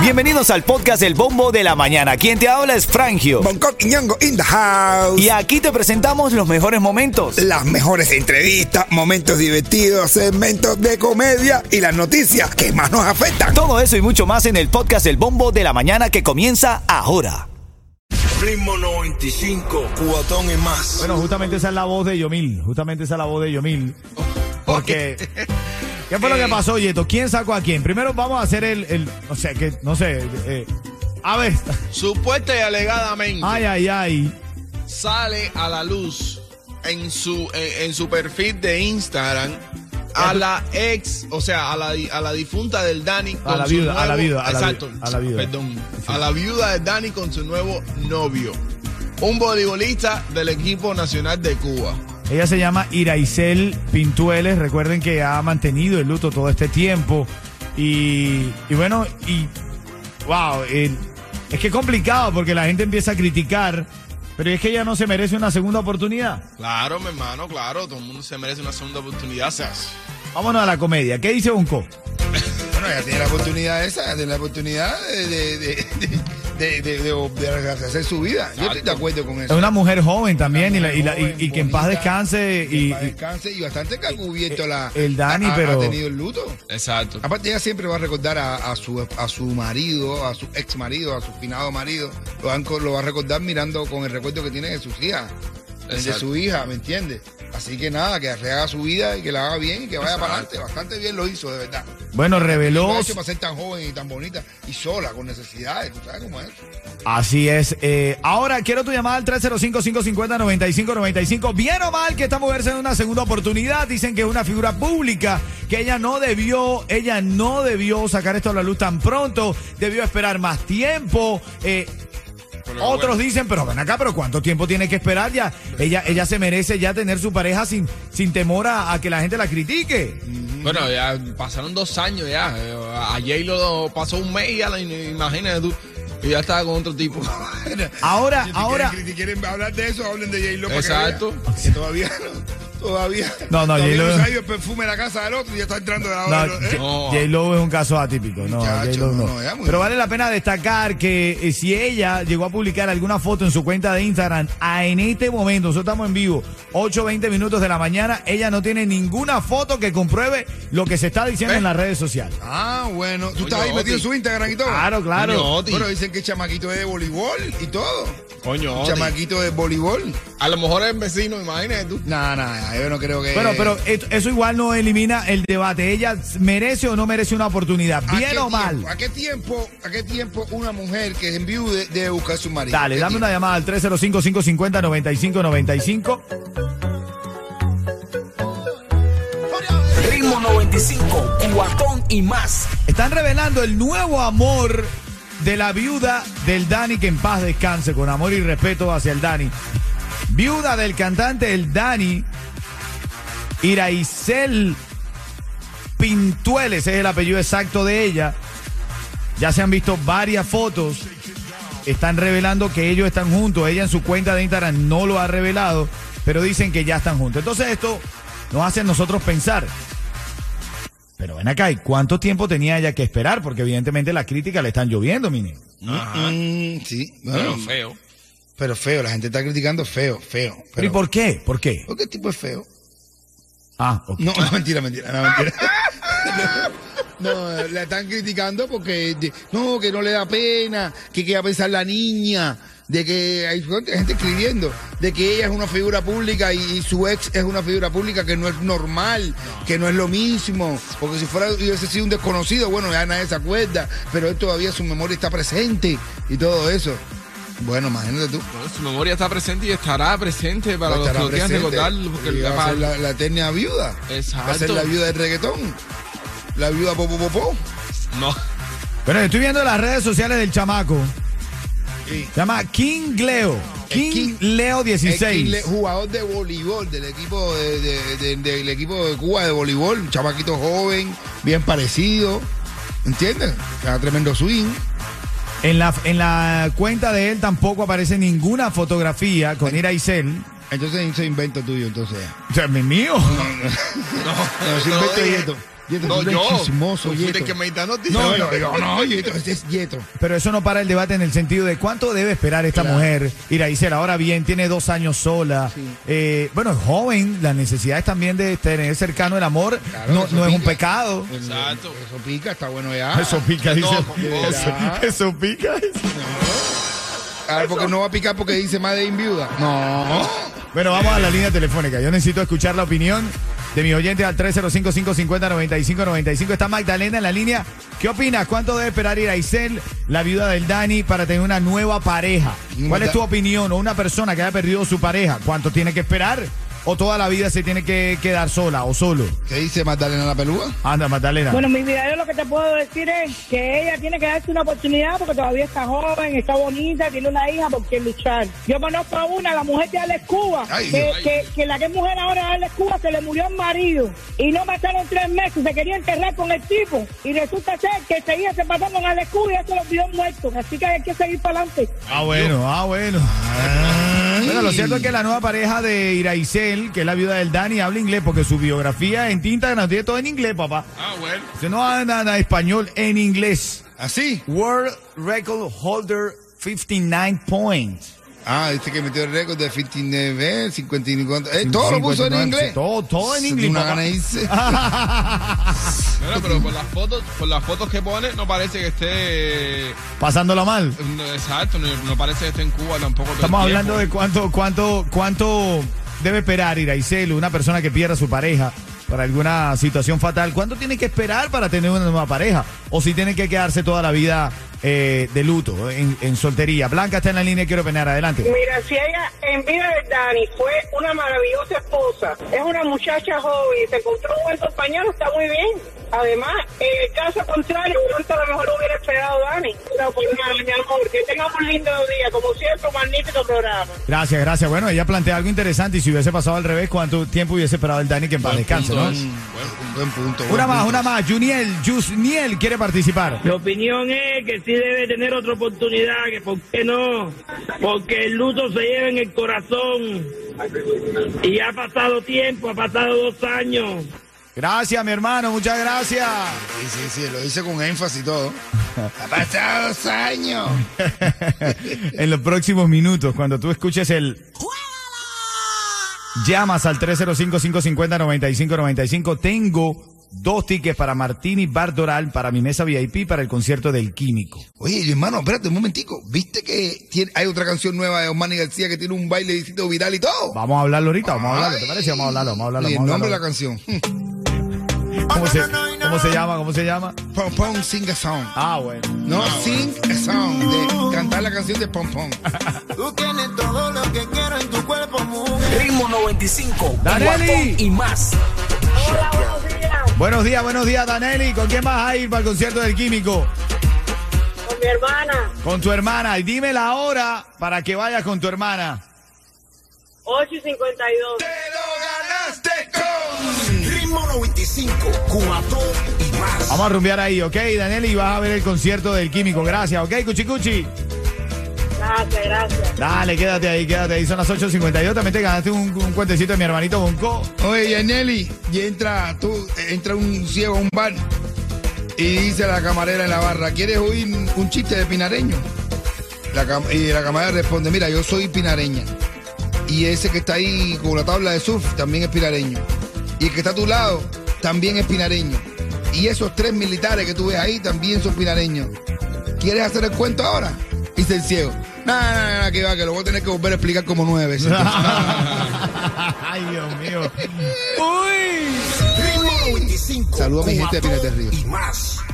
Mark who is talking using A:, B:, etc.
A: Bienvenidos al podcast El Bombo de la Mañana. Quien te habla es Frangio.
B: Bangkok y Ñongo in the house.
A: Y aquí te presentamos los mejores momentos.
B: Las mejores entrevistas, momentos divertidos, segmentos de comedia y las noticias que más nos afectan.
A: Todo eso y mucho más en el podcast El Bombo de la Mañana que comienza ahora.
C: Ritmo 95, cubatón y más.
D: Bueno, justamente esa es la voz de Yomil. Justamente esa es la voz de Yomil. Porque. ¿Qué fue lo que pasó, Yeto? ¿Quién sacó a quién? Primero vamos a hacer el. el- no sé, que, no sé. eh, a ver.
E: Supuesta y alegadamente
D: Ay, ay, ay.
E: sale a la luz en su, en, en su perfil de Instagram a la ex, o sea, a la, di- a la difunta del Dani.
D: la
E: su
D: viuda, a la viuda, a la vi-
E: exacto,
D: a la viuda.
E: Perdón. A la viuda del Dani con su nuevo novio. Un voleibolista del equipo nacional de Cuba.
D: Ella se llama Iraicel Pintueles. Recuerden que ha mantenido el luto todo este tiempo. Y, y bueno, y. Wow. eh, es que es complicado porque la gente empieza a criticar. Pero es que ella no se merece una segunda oportunidad.
E: Claro, mi hermano, claro, todo el mundo se merece una segunda oportunidad. o sea,
D: Vámonos a la comedia. ¿Qué dice Unco?
B: Bueno, ya tiene la oportunidad esa, ya tiene la oportunidad de, de, de, de- de- de- de hacer su vida. Yo estoy de acuerdo con
D: Es
B: eso.
D: una mujer joven también
B: Una
D: y, la- y la- y-
B: joven,
D: y que en paz
B: bonita,
D: descanse.
B: Que
D: Y, eh,
B: paz descanse y bastante que ha cubierto la.
D: el Dani,
B: ha- ha-
D: pero-
B: Ha tenido el luto.
E: Exacto.
B: Aparte, ella siempre va a recordar a, a su, a su marido, a su ex marido, a su finado marido. Lo, van co- lo va a recordar mirando con el recuerdo que tiene de sus hijas, de
E: Exacto.
B: su hija, ¿me entiendes? Así que nada, que rehaga su vida y que la haga bien y que vaya para adelante. Bastante bien lo hizo, de verdad.
D: bueno,
B: Lo
D: reveló.
B: ha hecho para ser tan joven y tan bonita y sola, con necesidades, ¿tú sabes cómo es?
D: Así es. eh, ahora quiero tu llamada al 305-550-9595. Bien o mal que esta mujer se da una segunda oportunidad. Dicen que es una figura pública, que ella no debió, ella no debió sacar esto a la luz tan pronto, debió esperar más tiempo. eh,
E: Pero
D: Otros
E: bueno,
D: dicen, pero ven acá, pero ¿cuánto tiempo tiene que esperar ya? Ella, ella se merece ya tener su pareja sin, sin temor a, a que la gente la critique.
E: Bueno, ya pasaron dos años ya. eh, A Jay lo pasó un mes y ya, lo- imagínate tú. Y ya estaba con otro tipo.
D: Ahora,
B: Si
D: ahora.
B: quieren, si quieren hablar de eso, hablen de J-Lo. para que
E: Exacto.
B: vean Que todavía no. Todavía.
D: No, no,
B: todavía
D: J-Lo-
B: no sabe el perfume de la casa del otro y ya está entrando de la
D: No,
B: hora. del- ¿eh?
E: No.
D: J. Lo es un caso atípico. No,
B: Muchacho,
D: J-Lo no.
B: no, no, ya, muy
D: Pero
B: bien.
D: vale la pena destacar que eh, si ella llegó a publicar alguna foto en su cuenta de Instagram, a en este momento, nosotros estamos en vivo, 8, 20 minutos de la mañana, ella no tiene ninguna foto que compruebe lo que se está diciendo
E: ¿Eh?
D: en las redes sociales.
B: Ah, bueno. ¿Tú estás
E: Coño,
B: ahí metido en
E: Oti.
B: su Instagram y todo?
D: Claro, claro.
E: Coño, Oti.
B: Bueno, dicen que el chamaquito es de voleibol y todo.
E: Coño,
B: Un
E: Oti.
B: chamaquito de voleibol.
E: a lo mejor es vecino, imagínate tú.
B: Nah, nah, yo no creo que.
D: Bueno, pero et- eso igual no elimina el debate. ¿Ella merece o no merece una oportunidad?
B: ¿A
D: ¿Bien
B: qué
D: o mal?
B: tiempo- ¿A qué tiempo, a qué tiempo una mujer que es enviude debe buscar su marido?
D: Dale,
B: ¿Qué
D: dame una
B: tiempo?
D: llamada al 305-550-9595.
F: Ritmo 95, cuatón y más.
D: Están revelando el nuevo amor de la viuda del Dani, que en paz descanse, con amor y respeto hacia el Dani. Viuda del cantante el Dani, Iraicel Pintueles, es el apellido exacto de ella. Ya se han visto varias fotos. Están revelando que ellos están juntos. Ella en su cuenta de Instagram no lo ha revelado, pero dicen que ya están juntos. Entonces esto nos hace a nosotros pensar. Pero ven acá, ¿y cuánto tiempo tenía ella que esperar? Porque evidentemente las críticas le están lloviendo, mini.
B: Mm, sí, bueno,
E: Pero feo.
B: pero feo. La gente está criticando feo, feo.
D: ¿Y
B: Pero,
D: por qué? ¿Por qué?
B: ¿Por qué el tipo es feo?
D: Ah, ok.
B: No, no, mentira, mentira, no, mentira. No, no, la están criticando porque de- no, que no le da pena, que qué va a pensar la niña, de que hay gente escribiendo, de que ella es una figura pública y, y su ex es una figura pública que no es normal, que no es lo mismo, porque si fuera hubiese sido un desconocido, bueno, ya nadie se acuerda, pero él todavía su memoria está presente y todo eso. Bueno, imagínate tú.
E: Bueno, su memoria está presente y estará presente para los que
B: Estará
E: lo quieran
B: presente.
E: recordar.
B: Y
E: Porque
B: va a
E: para-
B: ser la, la eterna viuda.
E: Exacto.
B: Va a ser la viuda del reggaetón. La viuda popo popo.
E: No.
D: Bueno, estoy viendo las redes sociales del chamaco.
B: Sí.
D: Se llama King Leo. King,
B: King-
D: Leo
B: El
D: 16.
B: Kile, jugador de voleibol del equipo de, de- de- del equipo de Cuba de voleibol. Un chamaquito joven, bien parecido. ¿Entiendes? Era tremendo swing.
D: En la, en la cuenta de él tampoco aparece ninguna fotografía con Iraicel.
B: Entonces se invento tuyo, entonces.
D: O sea, mi mío.
B: No, se invento
E: no,
B: de
E: eh.
B: esto. Yeto,
E: No,
B: tú eres
E: yo.
B: chismoso,
E: Tú fuiste
B: Yeto.
E: que me da noticias.
B: No, no, no, no, Yeto, este es Yeto.
D: Pero eso no para el debate en el sentido de cuánto debe esperar esta
B: Claro.
D: mujer ir a Isela. Ahora bien, tiene dos años sola. Eh, bueno, es joven, las necesidades también de tener cercano el amor
B: Claro,
D: no,
B: eso
D: no es un
B: pica.
D: pecado.
E: Exacto.
B: Eso pica, está bueno ya.
D: Eso pica,
E: No,
D: dice.
E: no,
D: eso, eso pica.
B: Ahora, Ah, porque no va a picar porque dice Made in Viuda. No.
D: Bueno, vamos a la línea telefónica. Yo necesito escuchar la opinión de mis oyentes al 305-550-9595. Está Magdalena en la línea. ¿Qué opinas? ¿Cuánto debe esperar ir a Isel, la viuda del Dani, para tener una nueva pareja? ¿Cuál es tu opinión? ¿O una persona que haya perdido su pareja? ¿Cuánto tiene que esperar? ¿O toda la vida se tiene que quedar sola o solo?
B: ¿Qué dice Magdalena la pelúa?
D: Anda, Magdalena.
G: Bueno, mi vida, yo lo que te puedo decir es que ella tiene que darse una oportunidad porque todavía está joven, está bonita, tiene una hija por quien luchar. Yo conozco a una, la mujer de Alex Cuba,
B: Ay,
G: que,
B: ay.
G: que- que la que es mujer ahora de Alex Cuba se le murió el marido y no pasaron tres meses, se quería enterrar con el tipo y resulta ser que seguía se pasó con Alex Cuba y eso lo vio muerto. Así que hay que seguir para adelante.
D: Ah, bueno, ah, bueno. Bueno, lo cierto es que la nueva pareja de Iraicel, que es la viuda del Dani, habla inglés porque su biografía en tinta nos tiene todo en inglés, papá.
E: Ah, bueno.
D: Se no anda en español, en inglés.
B: ¿Así?
D: World Record Holder 59 points.
B: Ah, dice que metió el récord de 59, 55. Eh, todo lo puso en
D: 59,
B: inglés.
D: sí, Todo, todo en
B: Se
D: inglés.
B: tiene una
D: papá.
B: gana de irse.
E: Bueno, pero por las fotos, por las fotos que pone, no parece que esté.
D: Pasándola mal.
E: no, exacto, no, no parece que esté en Cuba tampoco. todo el
D: Estamos
E: tiempo.
D: hablando de cuánto, cuánto, cuánto debe esperar Iraicel, una persona que pierda a su pareja para alguna situación fatal. ¿Cuánto tiene que esperar para tener una nueva pareja? O si tiene que quedarse toda la vida eh, de luto, en, en soltería. Blanca está en la línea y quiero opinar. Adelante.
G: Mira, si ella en vida de Dani fue una maravillosa esposa, es una muchacha joven, se encontró un buen compañero, está muy bien. Además, en el caso contrario, cuánto a lo mejor hubiera esperado Dani. No, pues nada, mi amor, que tengas un lindo día, como siempre, un magnífico programa.
D: Gracias, gracias. Bueno, ella plantea algo interesante y si hubiese pasado al revés, ¿cuánto tiempo hubiese esperado el Dani que en paz
E: Buen
D: descanse,
E: punto,
D: no?
E: es.
B: Un Buen punto. buen
D: Una más,
B: punto.
D: una más. Juniel, Juniel quiere participar.
H: Mi opinión es que sí debe tener otra oportunidad, que por qué no, porque el luto se lleva en el corazón. Y ha pasado tiempo, ha pasado dos años.
D: Gracias, mi hermano, muchas gracias.
B: Sí, sí, sí, lo dice con énfasis y todo. Ha pasado dos años.
D: en los próximos minutos, cuando tú escuches el... Llamas al 305-550-9595. Tengo dos tickets para Martini Bar Doral, para mi mesa VIP, para el concierto del Químico.
B: Oye, hermano, espérate un momentico. ¿Viste que tiene- hay otra canción nueva de Osmani García que tiene un bailecito viral y todo?
D: Vamos a hablarlo ahorita, vamos a hablarlo, ¿te parece? Vamos a hablarlo, vamos a hablarlo.
B: Y el
D: vamos a
B: nombre de la
D: hablarlo.
B: canción. Hmm.
D: ¿Cómo se, ¿Cómo se llama? ¿Cómo se llama?
B: Pom Pom Sing a Song.
D: Ah, bueno.
B: No, Sing a Song. De cantar la canción de Pom Pom.
I: Tú tienes todo lo que quiero en tu cuerpo, mujer.
F: Ritmo 95,
D: Daneli.
F: Cuatón y más.
G: Hola, buenos días,
D: Buenos días, buenos días, Daneli. ¿Con quién vas a ir para el concierto del Químico?
G: con mi hermana,
D: Con tu hermana. Y dime la hora para que vayas con tu hermana.
G: 8 y 52.
F: Ritmo 95, Cuatón y más.
D: Vamos a rumbear ahí, ¿ok, Daneli? Y vas a ver el concierto del Químico. Gracias, ¿ok, Cuchicuchi?
G: Gracias, gracias.
D: Dale, quédate ahí, quédate ahí. Son las 8.52. También te ganaste un, un cuentecito de mi hermanito Bonco.
B: Oye, Yaneli, y entra tú, entra un ciego a un bar y dice a la camarera en la barra, ¿quieres oír un chiste de pinareño? La cam- y la camarera responde, mira, yo soy pinareña. Y ese que está ahí con la tabla de surf también es pinareño. Y el que está a tu lado también es pinareño. Y esos tres militares que tú ves ahí también son pinareños. ¿Quieres hacer el cuento ahora? Dice el ciego. No, no, no, no, que va, que lo voy a tener que volver a explicar como nueve veces.
D: Ay, Dios mío. Uy.
F: Ritmo 95,
B: Saluda a mi gente de
F: Cuatón
B: Pirates Río.
F: y más.